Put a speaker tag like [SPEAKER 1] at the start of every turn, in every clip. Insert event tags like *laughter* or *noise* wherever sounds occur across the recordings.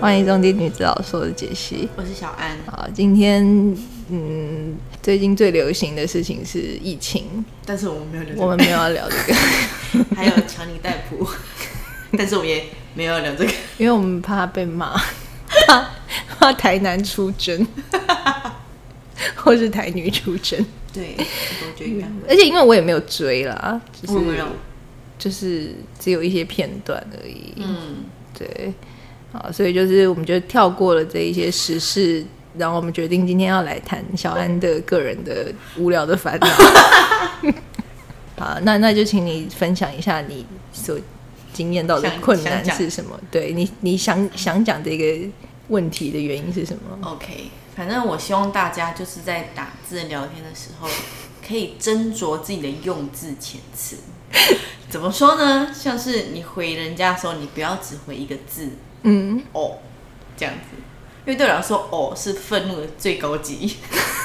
[SPEAKER 1] 欢迎中间女指导说的解析。
[SPEAKER 2] 我是小安，
[SPEAKER 1] 好，今天嗯，最近最流行的事情是疫情，
[SPEAKER 2] 但是我们没有聊这个，
[SPEAKER 1] 我们没有要聊这个， *laughs*
[SPEAKER 2] 还有强尼戴 *laughs* 普，但是我们也没有聊这个。
[SPEAKER 1] 因为我们怕被骂， *laughs* 怕怕台南出征， *laughs* 或是台女出征，
[SPEAKER 2] 对，我觉得应该会。
[SPEAKER 1] 而且因为我也没有追啦，就是
[SPEAKER 2] 我没有，
[SPEAKER 1] 就是只有一些片段而已，
[SPEAKER 2] 嗯，
[SPEAKER 1] 对，好，所以就是我们就跳过了这一些时事，然后我们决定今天要来谈小安的个人的无聊的烦恼。 *laughs* 好，那那就请你分享一下你所经验到的
[SPEAKER 2] 想
[SPEAKER 1] 困
[SPEAKER 2] 想
[SPEAKER 1] 难
[SPEAKER 2] 讲
[SPEAKER 1] 是什么？对你，你想想讲这个问题的原因是什么？
[SPEAKER 2] 嗯 OK，反正我希望大家就是在打字聊天的时候，可以斟酌自己的用字遣 *laughs* 词。怎么说呢？像是你回人家的时候，你不要只回一个字
[SPEAKER 1] 嗯，
[SPEAKER 2] “哦”这样子，因为对我来说，“哦”是愤怒的最高级。
[SPEAKER 1] *laughs*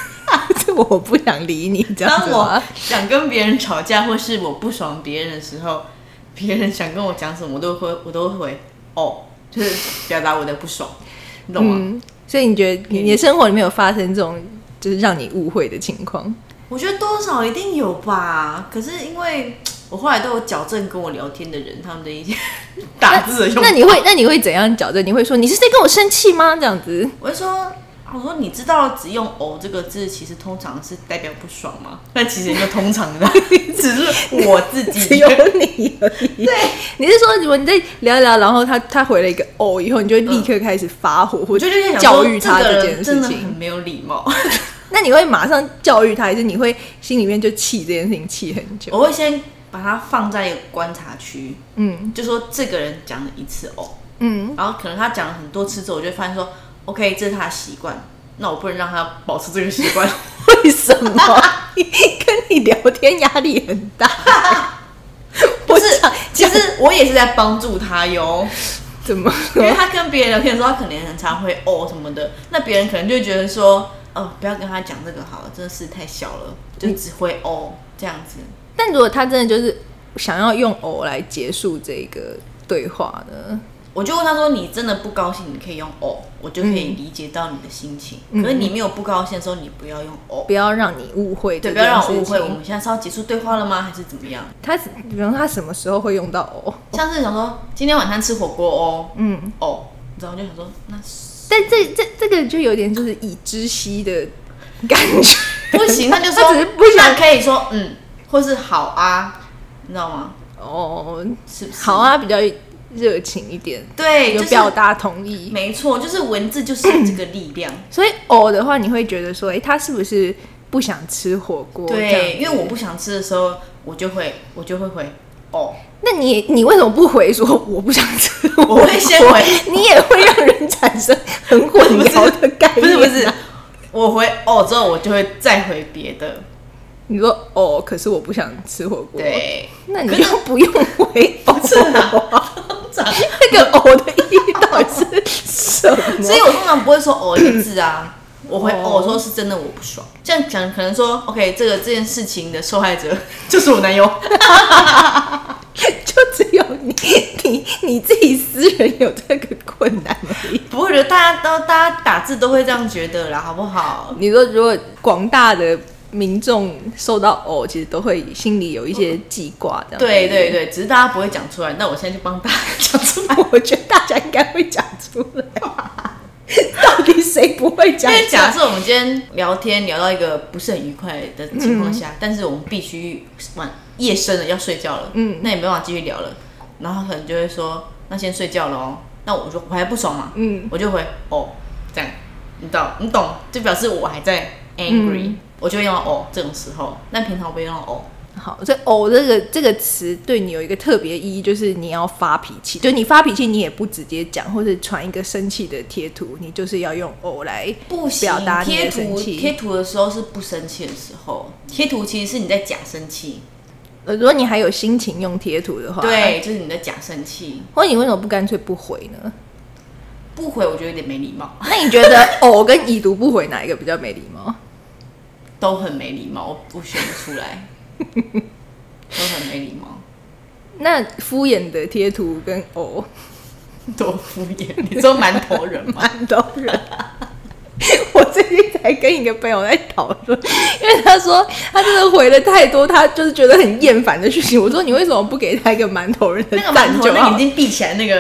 [SPEAKER 1] 这我不想理你这样
[SPEAKER 2] 当
[SPEAKER 1] 子
[SPEAKER 2] 我
[SPEAKER 1] 吗？
[SPEAKER 2] 想跟别人吵架，或是我不爽别人的时候，别人想跟我讲什么，我都会我都会回“哦”， *laughs* 就是表达我的不爽，你懂吗？
[SPEAKER 1] 嗯，所以你觉得你你的生活里面有发生这种就是让你误会的情况？
[SPEAKER 2] 我觉得多少一定有吧，可是因为我后来都有矫正跟我聊天的人，他们的一些 *laughs* 打字的用
[SPEAKER 1] 那你会那你会怎样矫正？你会说你是在跟我生气吗？这样子？
[SPEAKER 2] 我就说，啊我说你知道只用“哦”这个字，其实通常是代表不爽吗？但其实也就通常的， *laughs* 只是我自己
[SPEAKER 1] *laughs* *laughs* 只有你而已。对，你是说如果你在聊一聊，然后他他回了一个哦以后，你就会立刻开始发火，或
[SPEAKER 2] 我
[SPEAKER 1] 者
[SPEAKER 2] 就在想说
[SPEAKER 1] 教育他
[SPEAKER 2] 这
[SPEAKER 1] 这
[SPEAKER 2] 个
[SPEAKER 1] 件
[SPEAKER 2] 人
[SPEAKER 1] 事
[SPEAKER 2] 真的
[SPEAKER 1] 情
[SPEAKER 2] 很。没有礼貌。
[SPEAKER 1] 那你会马上教育他，还是你会心里面就气这件事情气很久？
[SPEAKER 2] 我会先把它放在一个观察区，
[SPEAKER 1] 嗯
[SPEAKER 2] 就说这个人讲了一次“哦”，
[SPEAKER 1] *laughs* 嗯，
[SPEAKER 2] 然后可能他讲了很多次之后，我就会发现说，OK，这是他的习惯，那我不能让他保持这个习惯。 *laughs*
[SPEAKER 1] 为什么？跟你聊天压力很大、
[SPEAKER 2] 不
[SPEAKER 1] 我
[SPEAKER 2] 是
[SPEAKER 1] 想，
[SPEAKER 2] 其实我也是在帮助他哟，
[SPEAKER 1] 怎么 *laughs*
[SPEAKER 2] 因为
[SPEAKER 1] 说？
[SPEAKER 2] 他跟别人聊天的时候，他可能很常会哦什么的，那别人可能就会觉得说，哦，不要跟他讲这个好了，真的是太小了，就只会哦这样子。
[SPEAKER 1] 但如果他真的就是想要用哦来结束这个对话呢？
[SPEAKER 2] 我就问他说：“你真的不高兴，你可以用哦，我就可以理解到你的心情。可是你没有不高兴的时候，你不要用哦，
[SPEAKER 1] 不要让你误会这
[SPEAKER 2] 对，不要
[SPEAKER 1] 件
[SPEAKER 2] 让我
[SPEAKER 1] 事
[SPEAKER 2] 误会。我
[SPEAKER 1] 情。哦
[SPEAKER 2] 们现在是要结束对话了吗？还是怎么样？
[SPEAKER 1] 他比方说他什么时候会用到哦？
[SPEAKER 2] 像是想说今天晚餐吃火锅哦，
[SPEAKER 1] 嗯，
[SPEAKER 2] 哦，然后就想说那是
[SPEAKER 1] 但这这这个就有点就是已知悉的感觉，
[SPEAKER 2] *laughs* 不行，那就说
[SPEAKER 1] 他只是不
[SPEAKER 2] 那
[SPEAKER 1] 想
[SPEAKER 2] 可以说嗯，或是好啊，你知道吗？
[SPEAKER 1] *laughs* 哦，
[SPEAKER 2] 是不是？
[SPEAKER 1] 好，啊，比较热情一点，
[SPEAKER 2] 对，
[SPEAKER 1] 有
[SPEAKER 2] 就是
[SPEAKER 1] 表达同意。
[SPEAKER 2] 没错，就是文字就是有这个力量。
[SPEAKER 1] 所以哦的话，你会觉得说，哎、他是不是不想吃火锅？这
[SPEAKER 2] 对，
[SPEAKER 1] 样
[SPEAKER 2] 因为我不想吃的时候，我就会我就会回
[SPEAKER 1] *laughs*
[SPEAKER 2] 哦，
[SPEAKER 1] 那你你为什么不回说我不想吃火锅？
[SPEAKER 2] 我
[SPEAKER 1] *laughs*
[SPEAKER 2] 会先回，
[SPEAKER 1] 你也会让人产生很混淆的概念、
[SPEAKER 2] 不是不是，，我回哦之后，我就会再回别的。
[SPEAKER 1] 你说哦，可是我不想吃火锅，，
[SPEAKER 2] 对，
[SPEAKER 1] 那你就不用回哦
[SPEAKER 2] 是
[SPEAKER 1] *laughs* 啊。
[SPEAKER 2] 通常
[SPEAKER 1] 那个“哦”的意义到底是什么？
[SPEAKER 2] 所以我通常不会说哦一个字啊，我会
[SPEAKER 1] 哦
[SPEAKER 2] 哦说是真的我不爽。这样讲可能说 OK，这个这件事情的受害者 *laughs* 就是我男友，
[SPEAKER 1] 就只有你你你自己私人有这个困难而已。
[SPEAKER 2] 不会觉得大家都大家打字都会这样觉得啦，好不好？
[SPEAKER 1] 你说，如果广大的民众受到“哦”，其实都会心里有一些记挂，这样
[SPEAKER 2] 对对。对，只是大家不会讲出来。那我现在就帮大家讲出来，
[SPEAKER 1] *laughs* 我觉得大家应该会讲出来， *laughs* 到底谁不会讲
[SPEAKER 2] 因为
[SPEAKER 1] 出来？
[SPEAKER 2] 假设我们今天聊天聊到一个不是很愉快的情况
[SPEAKER 1] 嗯
[SPEAKER 2] 下，但是我们必须晚夜深了要睡觉了，嗯，那也没办法继续聊了，然后可能就会说那先睡觉了哦，那我就我还不爽嘛，
[SPEAKER 1] 嗯，
[SPEAKER 2] 我就回哦这样，你懂你懂，就表示我还在 angry，、我
[SPEAKER 1] 嗯
[SPEAKER 2] 就会用到哦这种时候，但平常我不会用到哦，
[SPEAKER 1] 好，所以“哦”这个这个词对你有一个特别意义，就是你要发脾气，就你发脾气，你也不直接讲，或者传一个生气的贴图，你就是要用“哦”来
[SPEAKER 2] 不行
[SPEAKER 1] 表达，你
[SPEAKER 2] 贴
[SPEAKER 1] 的生
[SPEAKER 2] 图
[SPEAKER 1] 气
[SPEAKER 2] 贴图的时候是不生气的时候，贴图其实是你在假生气，
[SPEAKER 1] 呃，如果你还有心情用贴图的话，，
[SPEAKER 2] 对，就是你在假生气，
[SPEAKER 1] 或者你为什么不干脆不回呢？
[SPEAKER 2] 不回我觉得有点没礼貌。
[SPEAKER 1] 那你觉得偶跟已读不回哪一个比较没礼貌？
[SPEAKER 2] 都很没礼貌，我我选不出来，都很没礼貌。
[SPEAKER 1] 那敷衍的贴图跟偶，
[SPEAKER 2] 多敷衍。你说馒头人吗？
[SPEAKER 1] 馒头人。 *laughs* 我最近才跟一个朋友在讨论，因为他说他真的回了太多，他就是觉得很厌烦的事情。我说你为什么不给他一个馒头人的
[SPEAKER 2] 那个馒
[SPEAKER 1] 赞
[SPEAKER 2] 头，
[SPEAKER 1] 就
[SPEAKER 2] 那
[SPEAKER 1] 好
[SPEAKER 2] 个眼睛闭起来，那个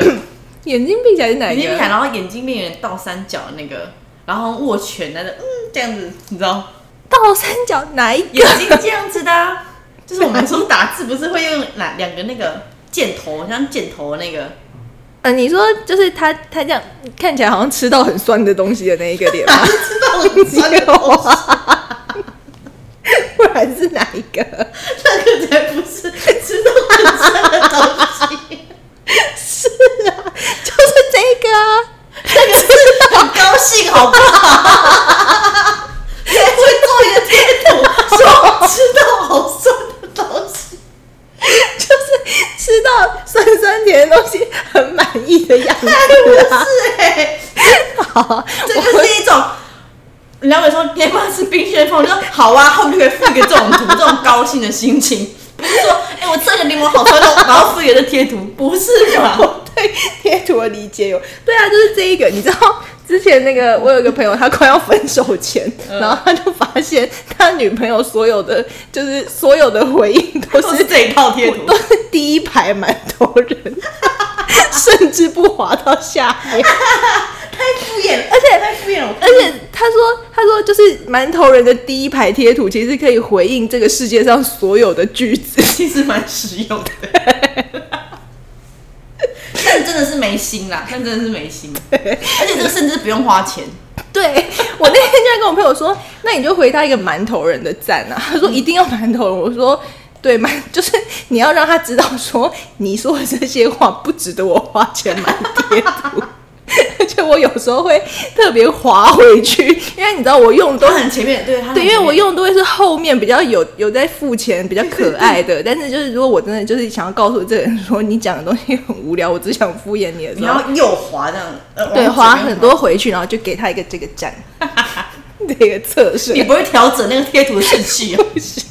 [SPEAKER 1] 眼睛闭起来是哪
[SPEAKER 2] 眼
[SPEAKER 1] 一
[SPEAKER 2] 睛闭起
[SPEAKER 1] 个？
[SPEAKER 2] 来，然后眼睛变成倒三角那个，然后握拳那个，嗯，这样子，你知道，
[SPEAKER 1] 倒三角哪一
[SPEAKER 2] 眼
[SPEAKER 1] 个？
[SPEAKER 2] 睛这样子的啊、就是我们说打字不是会用哪两个那个箭头，像箭头那个，
[SPEAKER 1] 呃，你说就是他他这样看起来好像吃到很酸的东西的那一个脸
[SPEAKER 2] *laughs*
[SPEAKER 1] 吗？
[SPEAKER 2] 知道我穿的头，
[SPEAKER 1] 不然是哪一个？
[SPEAKER 2] 那个才不是知道我穿的东西，
[SPEAKER 1] 是啊，就是这个啊。
[SPEAKER 2] 那个是很高兴，好不好？你还会做一个箭头， *laughs*
[SPEAKER 1] *laughs*
[SPEAKER 2] 说知道好酸的东西。
[SPEAKER 1] *laughs* 就是吃到酸酸甜的东西很满意的样子、
[SPEAKER 2] 不
[SPEAKER 1] 啊。
[SPEAKER 2] 是哎、
[SPEAKER 1] *laughs* 好，
[SPEAKER 2] 这就是一种。人家会说你要不要吃冰旋风？我就说好啊，后面就可以附一个这种图，这种高兴的心情。不是说哎、我这个柠檬好酸哦，然后附一个这贴图，不是嘛？
[SPEAKER 1] 我对贴图的理解有，对啊，就是这一个。你知道之前那个，我有一个朋友，他快要分手 *laughs* 前，
[SPEAKER 2] 嗯
[SPEAKER 1] 然后他就发现他女朋友所有的就是所有的回应都
[SPEAKER 2] 都
[SPEAKER 1] 是
[SPEAKER 2] 是这一套贴图，
[SPEAKER 1] 都是第一排馒头人， *laughs* 甚至不滑到下面。
[SPEAKER 2] 太敷衍了，
[SPEAKER 1] 而且
[SPEAKER 2] 太敷衍了。
[SPEAKER 1] 而且他说，他说就是馒头人的第一排贴图，其实可以回应这个世界上所有的句子。
[SPEAKER 2] 其实蛮实用的， *laughs* 但真的是没心啦，但真的是没心，而且这个甚至不用花钱，
[SPEAKER 1] 对我那天就在跟我朋友说，那你就回他一个馒头人的赞啊。 *laughs* 他说一定要馒头人，我说对馒，就是你要让他知道说你说的这些话不值得我花钱买贴图。 *laughs* 而且我有时候会特别划回去，因为你知道我用都
[SPEAKER 2] *laughs* 都
[SPEAKER 1] 很
[SPEAKER 2] 很前面对他很
[SPEAKER 1] 对，因为
[SPEAKER 2] 前面
[SPEAKER 1] 我用的都会是后面比较有有在付钱、比较可爱的。但是就是如果我真的就是想要告诉这个人说你讲的东西很无聊，我只想敷衍你的
[SPEAKER 2] 你
[SPEAKER 1] 时候，
[SPEAKER 2] 要右滑这样，呃
[SPEAKER 1] 对，
[SPEAKER 2] 往
[SPEAKER 1] 花
[SPEAKER 2] 前面
[SPEAKER 1] 很多回去，然后就给他一个这个
[SPEAKER 2] *laughs*
[SPEAKER 1] 赞，这个测试
[SPEAKER 2] 你不会调整那个贴图的顺
[SPEAKER 1] *laughs*
[SPEAKER 2] 序啊？
[SPEAKER 1] 不行。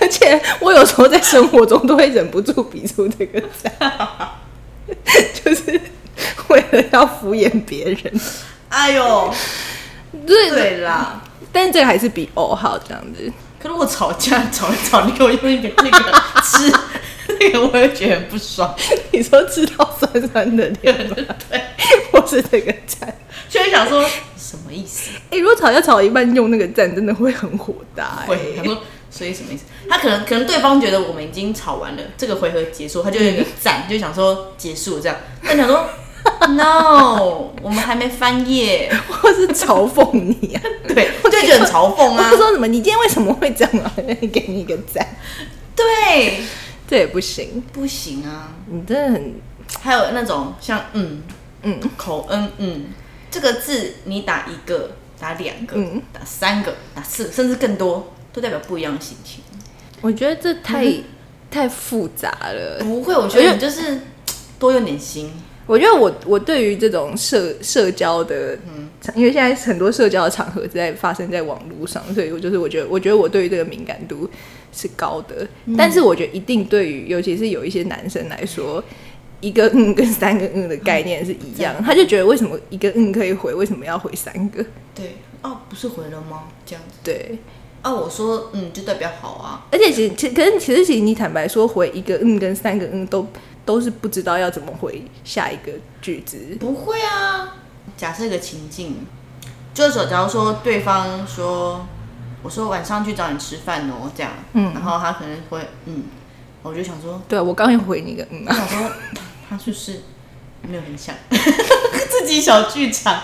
[SPEAKER 1] 而且我有时候在生活中都会忍不住比出这个赞，
[SPEAKER 2] *laughs*
[SPEAKER 1] 就是为了要敷衍别人。
[SPEAKER 2] 哎呦，
[SPEAKER 1] 对
[SPEAKER 2] 对啦。
[SPEAKER 1] 但是这个还是比偶好这样子。
[SPEAKER 2] 可是我吵架吵一吵，你给我用一个那个吃 *laughs* 那个，我会觉得很不爽。 *laughs*
[SPEAKER 1] 你说吃到酸酸的
[SPEAKER 2] 对
[SPEAKER 1] 脸，
[SPEAKER 2] 对对，
[SPEAKER 1] 我是这个赞。
[SPEAKER 2] 就会想说什么意思？
[SPEAKER 1] 哎、如果吵架吵到一半用那个赞，真的会很火大、欸。
[SPEAKER 2] 会想说所以什么意思？他可能可能对方觉得我们已经吵完了，这个回合结束，他就有一个赞，就想说结束这样。但想
[SPEAKER 1] *laughs*
[SPEAKER 2] 说 no，我们还没翻页，
[SPEAKER 1] 或是嘲讽你
[SPEAKER 2] *laughs*
[SPEAKER 1] 啊！
[SPEAKER 2] 对，就觉得很嘲讽
[SPEAKER 1] 我
[SPEAKER 2] 啊
[SPEAKER 1] 不。说什么，你今天为什么会这样啊？ *laughs* 给你一个赞，
[SPEAKER 2] 对，
[SPEAKER 1] 这也不行。
[SPEAKER 2] 不行啊。
[SPEAKER 1] 你真的很
[SPEAKER 2] 还有那种像嗯
[SPEAKER 1] 嗯
[SPEAKER 2] 口嗯嗯这个字，你打一个、打两个、
[SPEAKER 1] 嗯
[SPEAKER 2] 打三个、打四个，甚至更多，都代表不一样的心情。
[SPEAKER 1] 我觉得这太、太复杂了。
[SPEAKER 2] 不会，我觉得
[SPEAKER 1] 我
[SPEAKER 2] 你就是多用点心。
[SPEAKER 1] 我觉得我我对于这种社社交的，因为现在很多社交的场合是在发生在网络上，所以我就是我觉得我觉得我对于这个敏感度是高的，但是我觉得一定对于尤其是有一些男生来说。一个嗯跟三个嗯的概念是一样，他就觉得为什么一个嗯可以回，为什么要回三个？
[SPEAKER 2] 对，哦，不是回了吗？这样子。
[SPEAKER 1] 对，
[SPEAKER 2] 哦，我说嗯，就代表好啊。
[SPEAKER 1] 而且其实其可是其实其实你坦白说，回一个嗯跟三个嗯都都是不知道要怎么回下一个句子。
[SPEAKER 2] 不会啊。假设一个情境，就是说，假如说对方说，我说晚上去找你吃饭哦，这样，
[SPEAKER 1] 嗯
[SPEAKER 2] 然后他可能会嗯，我就想说，
[SPEAKER 1] 对啊我刚刚也回你一个嗯
[SPEAKER 2] 我
[SPEAKER 1] 啊，
[SPEAKER 2] 想说，他就是没有很想 *laughs* 自己小剧场。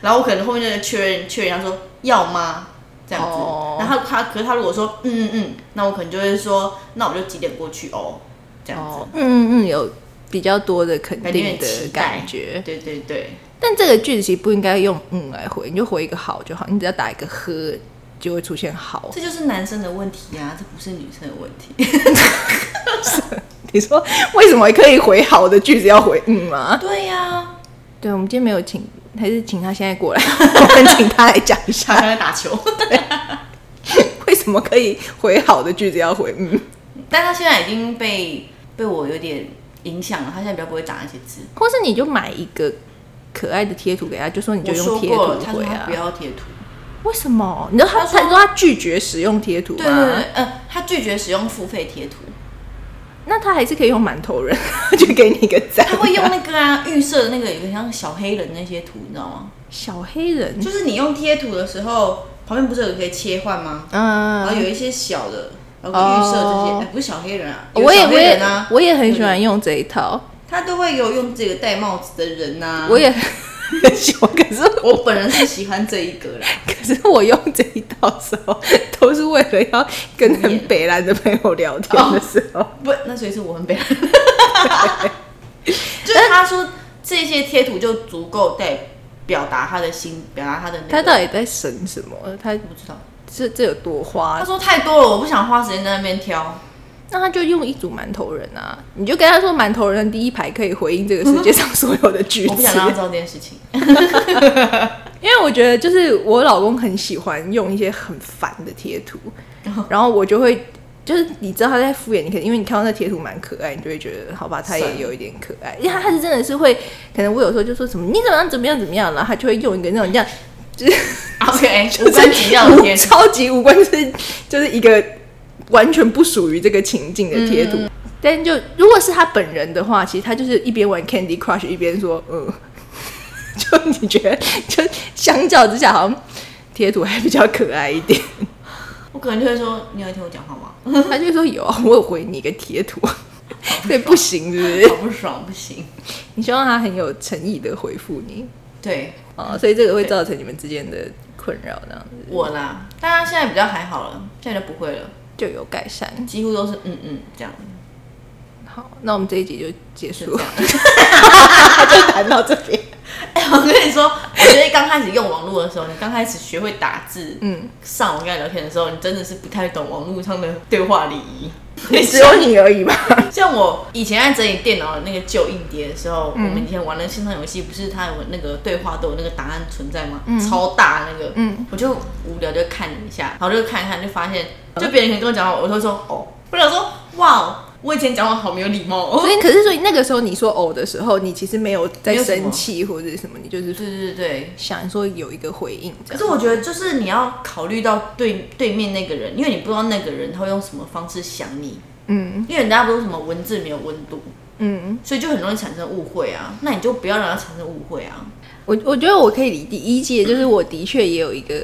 [SPEAKER 2] 然后我可能后面那个确认确认，他说要吗？这样子。
[SPEAKER 1] 哦
[SPEAKER 2] 然后他可是他如果说嗯嗯嗯，那我可能就会说，那我就几点过去哦，这样子。
[SPEAKER 1] 哦，嗯嗯，有比较多的肯
[SPEAKER 2] 感觉有
[SPEAKER 1] 定
[SPEAKER 2] 点期
[SPEAKER 1] 的
[SPEAKER 2] 待
[SPEAKER 1] 感觉。
[SPEAKER 2] 对对对，
[SPEAKER 1] 但这个句子其实不应该用嗯来回，你就回一个好就好，你只要打一个呵就会出现好。
[SPEAKER 2] 这就是男生的问题啊，这不是女生的问题。
[SPEAKER 1] 你说 *laughs* 为什么可以回好的句子要回嗯吗？
[SPEAKER 2] *laughs* 对呀、
[SPEAKER 1] 对，我们今天没有请，还是请他现在过来， *laughs* 我们请他来讲一
[SPEAKER 2] *laughs* 他
[SPEAKER 1] 下 *laughs*
[SPEAKER 2] 还在打 *laughs* 球，
[SPEAKER 1] 为什么可以回好的句子要回嗯。
[SPEAKER 2] 但他现在已经被被我有点影响了，他现在比较不会打那些字。
[SPEAKER 1] 或是你就买一个可爱的贴图给他，就说你就
[SPEAKER 2] 我说
[SPEAKER 1] 用贴
[SPEAKER 2] 过
[SPEAKER 1] 图
[SPEAKER 2] 了，他说
[SPEAKER 1] 回
[SPEAKER 2] 他
[SPEAKER 1] 啊
[SPEAKER 2] 不。要贴图，
[SPEAKER 1] 为什么？你知道他
[SPEAKER 2] 他说
[SPEAKER 1] 他说他拒绝使用贴图吗？
[SPEAKER 2] 对对对，呃，他拒绝使用付费贴图，
[SPEAKER 1] 那他还是可以用馒头人， *laughs* 就给你一个赞。
[SPEAKER 2] 他会用那个啊预设的那个有个像小黑人那些图，你知道吗？
[SPEAKER 1] 小黑人，
[SPEAKER 2] 就是你用贴图的时候，旁边不是有个可以切换吗？然后
[SPEAKER 1] 嗯，
[SPEAKER 2] 有一些小的，然后预设这些，
[SPEAKER 1] 哦
[SPEAKER 2] 哎，不是小黑人啊，有
[SPEAKER 1] 我也
[SPEAKER 2] 小
[SPEAKER 1] 我
[SPEAKER 2] 黑
[SPEAKER 1] 也
[SPEAKER 2] 人啊，
[SPEAKER 1] 我也很喜欢用这一套，
[SPEAKER 2] 他都会有用这个戴帽子的人呐、
[SPEAKER 1] 我也很喜欢。 *laughs* 可是
[SPEAKER 2] 我本人是喜欢这一个啦，
[SPEAKER 1] 可是我用这一套的时候，都是为了要跟很北兰的朋友聊天的时候。
[SPEAKER 2] 不，那所以是我很北兰。 *laughs* 就是他说这些贴图就足够代表达他的心，表达他的、那
[SPEAKER 1] 他
[SPEAKER 2] 个。
[SPEAKER 1] 到底在省什么？他
[SPEAKER 2] 不知道，
[SPEAKER 1] 这这有多
[SPEAKER 2] 他
[SPEAKER 1] 花？
[SPEAKER 2] 说太多了，我不想花时间在那边挑。
[SPEAKER 1] 那他就用一组馒头人啊！你就跟他说，馒头人第一排可以回应这个世界上所有的句
[SPEAKER 2] 我不
[SPEAKER 1] 子
[SPEAKER 2] 想。让他知道这件
[SPEAKER 1] *laughs*
[SPEAKER 2] 事情。
[SPEAKER 1] 因为我觉得，就是我老公很喜欢用一些很烦的贴图，
[SPEAKER 2] 哦
[SPEAKER 1] 然后我就会，就是你知道他在敷衍你，可能因为你看到那贴图蛮可爱，你就会觉得好吧，他
[SPEAKER 2] 算
[SPEAKER 1] 也
[SPEAKER 2] 了
[SPEAKER 1] 有一点可爱。因为他他是真的是会，可能我有时候就说什么你怎么样怎么样怎么样，然后他就会用一个那种这样
[SPEAKER 2] OK，
[SPEAKER 1] 啊 *laughs* 就
[SPEAKER 2] 无
[SPEAKER 1] 是
[SPEAKER 2] 关紧要的贴
[SPEAKER 1] 无
[SPEAKER 2] 图。
[SPEAKER 1] *laughs* 超级无关，就是就是一个完全不属于这个情境的贴图。
[SPEAKER 2] 嗯
[SPEAKER 1] 但就如果是他本人的话，其实他就是一边玩 Candy Crush 一边说嗯， *laughs* 就你觉得就相较之下，好像贴图还比较可爱一
[SPEAKER 2] *laughs*
[SPEAKER 1] 点。
[SPEAKER 2] 我可能就会说，你有听我讲话
[SPEAKER 1] *laughs*
[SPEAKER 2] 吗？
[SPEAKER 1] 他就说有啊，我有回你一个贴图， *laughs* 所以不行，是不是？
[SPEAKER 2] 好不爽，不行。
[SPEAKER 1] 你希望他很有诚意的回复你
[SPEAKER 2] 对
[SPEAKER 1] 啊、哦所以这个会造成你们之间的困扰，这样子
[SPEAKER 2] 我啦，大家现在比较还好了，现在就不会了，
[SPEAKER 1] 就有改善。
[SPEAKER 2] 几乎都是嗯嗯这样， *laughs*
[SPEAKER 1] 好，那我们这一集就结束
[SPEAKER 2] 就这，样。
[SPEAKER 1] *laughs* 就谈到这边。
[SPEAKER 2] 哎、我跟你说，我觉得刚开始用网络的时候，你刚开始学会打字，
[SPEAKER 1] 嗯，
[SPEAKER 2] 上网跟他聊天的时候，你真的是不太懂网络上的对话礼仪。
[SPEAKER 1] 只有 *laughs* 你而已嘛。
[SPEAKER 2] 像我以前在整理电脑的那个旧硬碟的时候，我们以前玩的线上游戏，不是它有那个对话都有那个档案存在吗？超大那个，
[SPEAKER 1] 嗯
[SPEAKER 2] 我就无聊就看一下，然后就看一看，就发现，就别人可能跟我讲话，我就说哦，不然我说哇，我以前讲话好没有礼貌哦。
[SPEAKER 1] 所以，可是所以那个时候你说哦的时候，你其实没有在生气或者是什么，你就是
[SPEAKER 2] 对对对，
[SPEAKER 1] 想说有一个回应这样。
[SPEAKER 2] 可是我觉得，就是你要考虑到对对面那个人，因为你不知道那个人他会用什么方式想你，
[SPEAKER 1] 嗯
[SPEAKER 2] 因为人家不是什么文字没有温度，
[SPEAKER 1] 嗯，
[SPEAKER 2] 所以就很容易产生误会啊。那你就不要让他产生误会啊。 *laughs*
[SPEAKER 1] 我我觉得我可以理第一届，就是我的确也有一个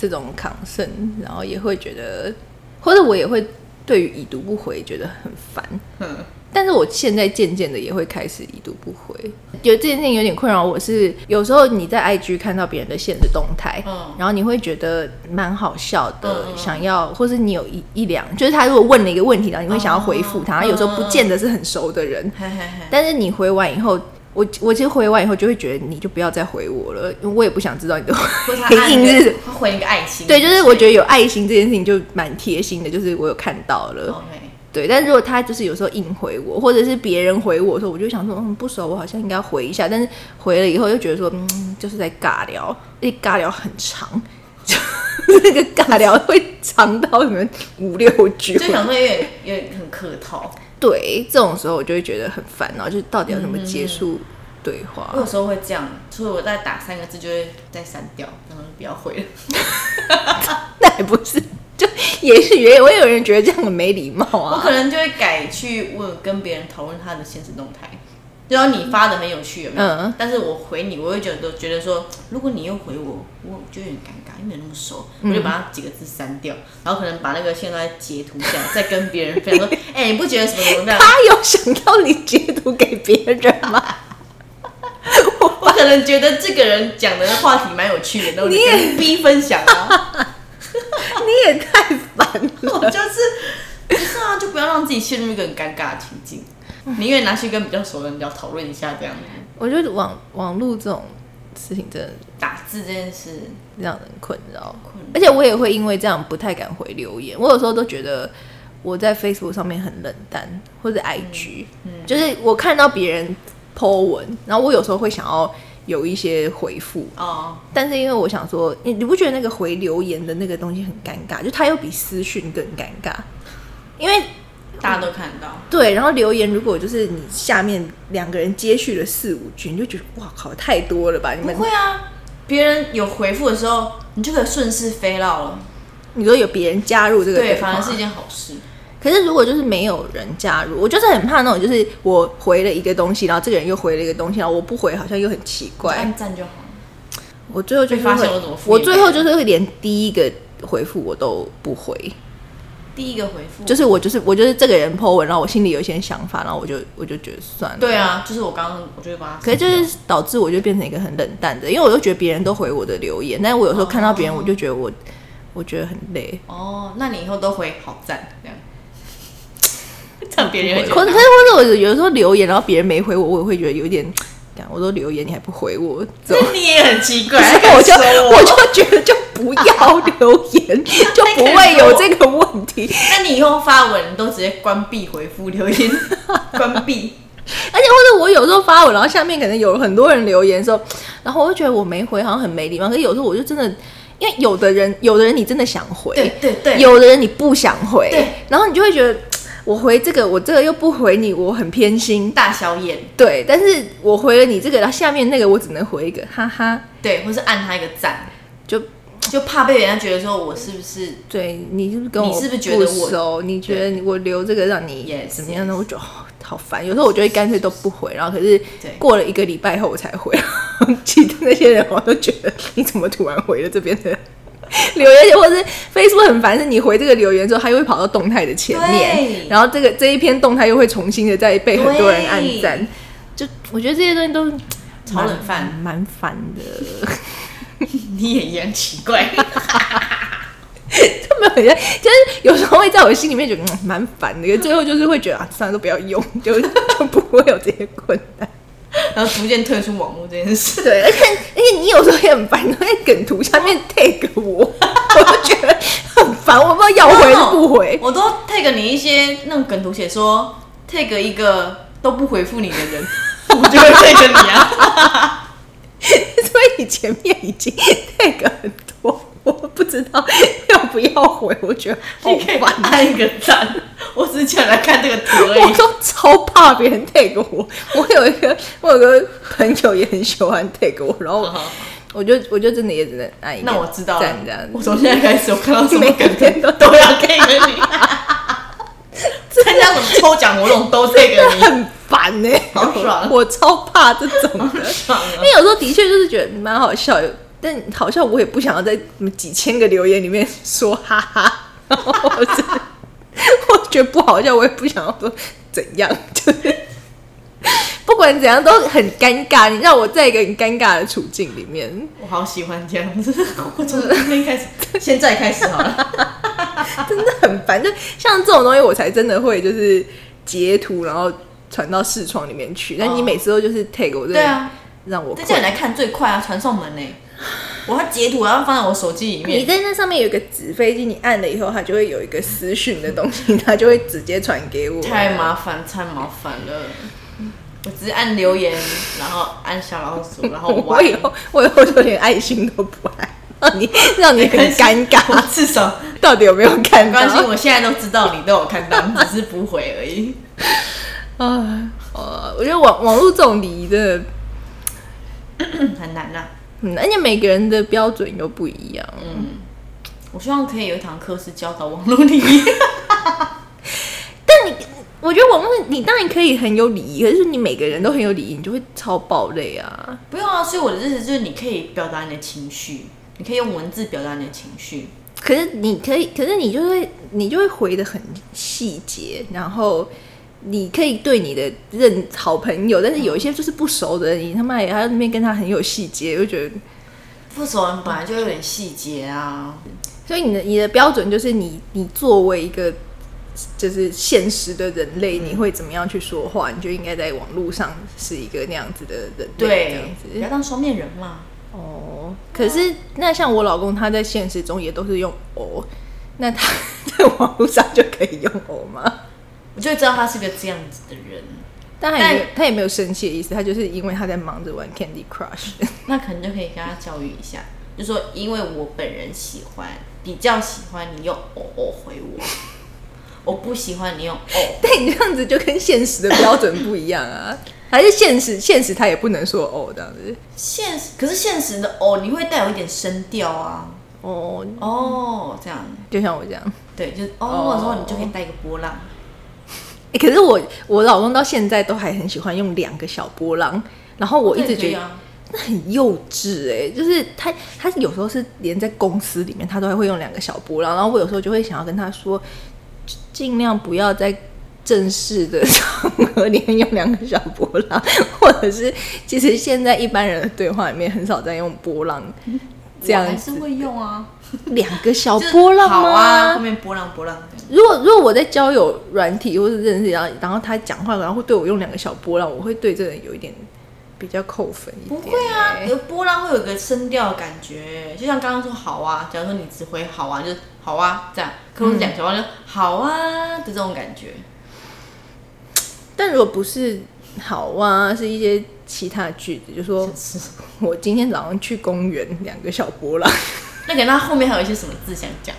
[SPEAKER 1] 这种抗胜，然后也会觉得，或者我也会对于已读不回觉得很烦。
[SPEAKER 2] 嗯，
[SPEAKER 1] 但是我现在渐渐的也会开始已读不回，有这件事情有点困扰我是，有时候你在 IG 看到别人的现实动态，
[SPEAKER 2] 嗯
[SPEAKER 1] 然后你会觉得蛮好笑的，
[SPEAKER 2] 嗯嗯嗯
[SPEAKER 1] 想要，或是你有一一两，就是他如果问了一个问题，然后你会想要回复他，
[SPEAKER 2] 哦
[SPEAKER 1] 然后有时候不见得是很熟的人，
[SPEAKER 2] 嘿嘿嘿，
[SPEAKER 1] 但是你回完以后。我我其实回完以后就会觉得你就不要再回我了，因为我也不想知道你的 *laughs*
[SPEAKER 2] 或者他
[SPEAKER 1] 回
[SPEAKER 2] 按
[SPEAKER 1] 应
[SPEAKER 2] 一
[SPEAKER 1] 是
[SPEAKER 2] 个，他回一个爱心，
[SPEAKER 1] 对，就是我觉得有爱心这件事情就蛮贴心的，就是我有看到了，
[SPEAKER 2] OK，
[SPEAKER 1] 对，但如果他就是有时候硬回我，或者是别人回我的时候，我就想说，嗯，不熟，我好像应该回一下。但是回了以后，又觉得说，嗯，就是在尬聊，而且尬聊很长， *laughs* 就那个尬聊会长到什么五六句
[SPEAKER 2] 就。想说有点有点很客套。
[SPEAKER 1] 啊对，这种时候我就会觉得很烦恼，就是到底要怎么结
[SPEAKER 2] 嗯
[SPEAKER 1] 束对话
[SPEAKER 2] 我？有时候会这样，所以我在打三个字就会再删掉，然后就不要回了。
[SPEAKER 1] *laughs* 那也不是，就也是也我也有人觉得这样很没礼貌
[SPEAKER 2] 我
[SPEAKER 1] 啊。
[SPEAKER 2] 可能就会改去问跟别人讨论他的现实动态，就后你发的很有趣，有没有？
[SPEAKER 1] 嗯
[SPEAKER 2] 但是我回你，我会觉得觉得说，如果你又回我，我就有点尴尬，因为没有那么熟，
[SPEAKER 1] 嗯
[SPEAKER 2] 我就把它几个字删掉，然后可能把那个现在截图下来，再跟别人分
[SPEAKER 1] *laughs*
[SPEAKER 2] 享说，哎、你不觉得什么怎么样？
[SPEAKER 1] 他有想要你截图给别人吗？ *laughs*
[SPEAKER 2] 我可能觉得这个人讲的话题蛮有趣的，然后我就
[SPEAKER 1] 你也
[SPEAKER 2] 跟逼分享啊， *laughs*
[SPEAKER 1] 你也太烦了。
[SPEAKER 2] 我就是不是啊，就不要让自己陷入一个很尴尬的情境，宁愿拿去跟比较熟的人聊讨论一下这样子。
[SPEAKER 1] 我觉得网网络这种事情真的
[SPEAKER 2] 打字这件事，
[SPEAKER 1] 让人困扰，
[SPEAKER 2] 困
[SPEAKER 1] 而且我也会因为这样不太敢回留言。我有时候都觉得我在 Facebook 上面很冷淡，或者 IG，、就是我看到别人 po 文，然后我有时候会想要有一些回复，
[SPEAKER 2] 哦，
[SPEAKER 1] 但是因为我想说，你你不觉得那个回留言的那个东西很尴尬？就它又比私讯更尴尬，因为
[SPEAKER 2] 大家都看得到。
[SPEAKER 1] 对，然后留言如果就是你下面两个人接续了四五句，你就觉得哇靠，太多了吧？你
[SPEAKER 2] 不
[SPEAKER 1] 们
[SPEAKER 2] 会啊，别人有回复的时候，你就可以顺势飞到了。
[SPEAKER 1] 你说有别人加入这个
[SPEAKER 2] 对，
[SPEAKER 1] 对话
[SPEAKER 2] 反而是一件好事。
[SPEAKER 1] 可是如果就是没有人加入，我就是很怕那种，就是我回了一个东西，然后这个人又回了一个东西，然后我不回好像又很奇怪。
[SPEAKER 2] 按赞就好了。
[SPEAKER 1] 我最后就是
[SPEAKER 2] 被发
[SPEAKER 1] 会
[SPEAKER 2] 现我怎么敷衍
[SPEAKER 1] 我最后就是会连第一个回复我都不回，
[SPEAKER 2] 第一个回复
[SPEAKER 1] 就是我就是我就是这个人 po 文，然后我心里有一些想法，然后我就我就觉得算了。
[SPEAKER 2] 对啊，就是我刚刚我就会把它。
[SPEAKER 1] 可是就是导致我就变成一个很冷淡的，因为我就觉得别人都回我的留言，但是我有时候看到别人，我就觉得我我觉得很累。
[SPEAKER 2] 哦，那你以后都回好赞这样， *laughs* 这样别人会觉
[SPEAKER 1] 或者
[SPEAKER 2] 得
[SPEAKER 1] 可是或者我有时候留言，然后别人没回我，我也会觉得有点，干我都留言你还不回我，走。
[SPEAKER 2] 这你也很奇怪，
[SPEAKER 1] 然
[SPEAKER 2] 还
[SPEAKER 1] 后 *laughs* 我就
[SPEAKER 2] 敢说
[SPEAKER 1] 我就觉得就不要留
[SPEAKER 2] *laughs*
[SPEAKER 1] 言，就不会有这个问题。
[SPEAKER 2] 那你以后发文都直接关闭回复
[SPEAKER 1] *laughs*
[SPEAKER 2] 留言，关闭。
[SPEAKER 1] 而且或者我有时候发文，然后下面可能有很多人留言的时候，然后我就觉得我没回好像很没礼貌。可是有时候我就真的，因为有的人有的人你真的想回，
[SPEAKER 2] 对对对，
[SPEAKER 1] 有的人你不想回
[SPEAKER 2] 对，
[SPEAKER 1] 然后你就会觉得我回这个，我这个又不回你，我很偏心。
[SPEAKER 2] 大小眼，
[SPEAKER 1] 对，但是我回了你这个，然后下面那个我只能回一个，哈哈。
[SPEAKER 2] 对，或是按他一个赞，
[SPEAKER 1] 就
[SPEAKER 2] 就怕被人家觉得说我是不是
[SPEAKER 1] 对你是不是跟我
[SPEAKER 2] 你是不是觉得我
[SPEAKER 1] 熟？你觉得你我留这个让你
[SPEAKER 2] Yes,
[SPEAKER 1] 怎么样呢？我就、哦、好烦，有时候我就会干脆都不回，然后可是
[SPEAKER 2] 对
[SPEAKER 1] 过了一个礼拜后我才回，其他那些人我都觉得你怎么突然回了这边的 *laughs* 留言，或是 Facebook 很烦，是你回这个留言之后，它又会跑到动态的前面
[SPEAKER 2] 对，
[SPEAKER 1] 然后这个这一篇动态又会重新的再被很多人按赞就
[SPEAKER 2] 对，
[SPEAKER 1] 我觉得这些东西都
[SPEAKER 2] 炒冷饭，
[SPEAKER 1] 蛮蛮烦的。
[SPEAKER 2] 你也一样奇
[SPEAKER 1] *laughs*
[SPEAKER 2] 怪？
[SPEAKER 1] 没有人，就是有时候会在我心里面觉得嗯蛮烦的，可是最后就是会觉得啊，算了，都不要用，就 *laughs* 就不会有这些困难。
[SPEAKER 2] 然后逐渐退出网络这件事，
[SPEAKER 1] 对，而且 *laughs* 而且你有时候也很烦，你会在梗图下面 tag 我， *laughs* 我就觉得很烦，我不知道要回是不回。
[SPEAKER 2] 哦我都 tag 你一些那种梗图写说 tag 一个都不回复你的
[SPEAKER 1] *laughs*
[SPEAKER 2] 人，我就会 tag 你啊。
[SPEAKER 1] *laughs* 所以你前面已经 tag 很多，我不知道要不要回，我觉得好
[SPEAKER 2] 你可以
[SPEAKER 1] 烦。
[SPEAKER 2] *laughs* 按一个赞，我只是叫你来看这个图而
[SPEAKER 1] *laughs* 我
[SPEAKER 2] 已。
[SPEAKER 1] 都超怕别人 tag 我，我有一个我有个朋友也很喜欢 tag 我，然后
[SPEAKER 2] 好好
[SPEAKER 1] 我就我就真的也只能按一个
[SPEAKER 2] 那我知道了
[SPEAKER 1] 赞这样子，
[SPEAKER 2] 我从现在
[SPEAKER 1] *laughs*
[SPEAKER 2] 开始，我看到什么梗图
[SPEAKER 1] 每天都
[SPEAKER 2] 都要 tag 你，参加什么抽奖活动都 tag
[SPEAKER 1] *laughs*
[SPEAKER 2] 你，
[SPEAKER 1] 很烦呢、
[SPEAKER 2] 好爽啊
[SPEAKER 1] 我超怕这种的，
[SPEAKER 2] 爽
[SPEAKER 1] *laughs* 因
[SPEAKER 2] 啊！
[SPEAKER 1] 为有时候的确就是觉得蛮好笑，有但好笑我也不想要在什么几千个留言里面说哈哈， *laughs* 然后我是我觉得不好笑，我也不想要说怎样， *laughs* 就是。不管怎样都很尴尬，你让我在一个很尴尬的处境里面，
[SPEAKER 2] 我好喜欢这样子，我从今
[SPEAKER 1] *laughs*
[SPEAKER 2] 天开始，现在开始好了。
[SPEAKER 1] 真的很烦。就像这种东西，我才真的会就是截图，然后传到视窗里面去。但你
[SPEAKER 2] 哦
[SPEAKER 1] 每次都就是 tag 我，真
[SPEAKER 2] 对
[SPEAKER 1] 的
[SPEAKER 2] 啊，
[SPEAKER 1] 让我
[SPEAKER 2] 再
[SPEAKER 1] 困
[SPEAKER 2] 叫你来看最快啊，传送门呢、我要截图，然后放在我手机里
[SPEAKER 1] 你
[SPEAKER 2] 面。
[SPEAKER 1] 在那上面有一个纸飞机，你按了以后，它就会有一个私讯的东西，它就会直接传给我。
[SPEAKER 2] 太麻烦，太麻烦了。我只是按留言，然后按小老鼠，然后
[SPEAKER 1] *laughs* 我以后我以后就连爱心都不按，让你让你很尴
[SPEAKER 2] 我
[SPEAKER 1] 尬，
[SPEAKER 2] 至少
[SPEAKER 1] 到底有没有看
[SPEAKER 2] 没关系，
[SPEAKER 1] 到？
[SPEAKER 2] 我现在都知道你都有看到，你只是不回而已。
[SPEAKER 1] 啊，呃，我觉得网网络这种礼仪真的，
[SPEAKER 2] 很难啊。
[SPEAKER 1] 嗯，而且每个人的标准又不一样。
[SPEAKER 2] 我希望可以有一堂课是教导网络礼仪。
[SPEAKER 1] 但你，我觉得网络你当然可以很有礼仪，可是你每个人都很有礼仪，你就会超爆累啊。
[SPEAKER 2] *laughs* 不用啊，所以我的意思就是，你可以表达你的情绪，你可以用文字表达你的情绪。
[SPEAKER 1] 可是你可以，可是你就会你就会回的很细节，然后你可以对你的认好朋友，但是有一些就是不熟的人，你他妈也还要那边跟他很有细节，就觉得，
[SPEAKER 2] 副手人本来就有点细节啊，
[SPEAKER 1] 所以你的你的标准就是你你作为一个。就是现实的人类，你会怎么样去说话？你就应该在网络上是一个那样子的人类，这样
[SPEAKER 2] 对，
[SPEAKER 1] 子。
[SPEAKER 2] 不要当双面人嘛。
[SPEAKER 1] 哦，可是那像我老公，他在现实中也都是用哦，那他 *laughs* 在网络上就可以用哦吗？
[SPEAKER 2] 我就会知道他是个这样子的人，
[SPEAKER 1] 但他也没有，他也没有生气的意思，他就是因为他在忙着玩 Candy Crush， *laughs*
[SPEAKER 2] 那可能就可以跟他教育一下，就说 *laughs* 因为我本人喜欢，比较喜欢你用哦哦回我。我不喜欢你用哦，
[SPEAKER 1] 但你这样子就跟现实的标准不一样啊。还是现实，现实他也不能说哦这样子。
[SPEAKER 2] 现实可是现实的哦，你会带有一点声调啊，
[SPEAKER 1] 哦，
[SPEAKER 2] 哦这样，
[SPEAKER 1] 就像我这样。
[SPEAKER 2] 对，就是
[SPEAKER 1] 哦
[SPEAKER 2] 哦的时候你就可以带一个波浪，
[SPEAKER 1] 欸可是我我老公到现在都还很喜欢用两个小波浪，然后我一直觉
[SPEAKER 2] 对
[SPEAKER 1] 得、
[SPEAKER 2] 啊
[SPEAKER 1] 那很幼稚哎、就是他他有时候是连在公司里面他都还会用两个小波浪，然后我有时候就会想要跟他说，尽尽量不要在正式的场合里面用两个小波浪，或者是其实现在一般人的对话里面很少在用波
[SPEAKER 2] *laughs*
[SPEAKER 1] 浪，
[SPEAKER 2] 啊
[SPEAKER 1] 这样
[SPEAKER 2] 我还
[SPEAKER 1] 子
[SPEAKER 2] 是会用啊，
[SPEAKER 1] 两个小
[SPEAKER 2] 就是
[SPEAKER 1] 波浪吗？
[SPEAKER 2] 好啊，后面波浪波浪，
[SPEAKER 1] 如果如果我在交友软体或是认识，然后然后他讲话，然后对我用两个小波浪，我会对这个人有一点比较扣分一
[SPEAKER 2] 不
[SPEAKER 1] 点。
[SPEAKER 2] 会啊，有波浪会有个声调的感觉，就像刚刚说好啊，假如说你只回好啊，就是好啊这样，可是我讲小话就好啊的这种感觉，
[SPEAKER 1] 但如果不是好啊，是一些其他句子，就说
[SPEAKER 2] 是
[SPEAKER 1] 我今天早上去公园两个小波浪， *laughs*
[SPEAKER 2] 那可能他后面还有一些什么字想讲。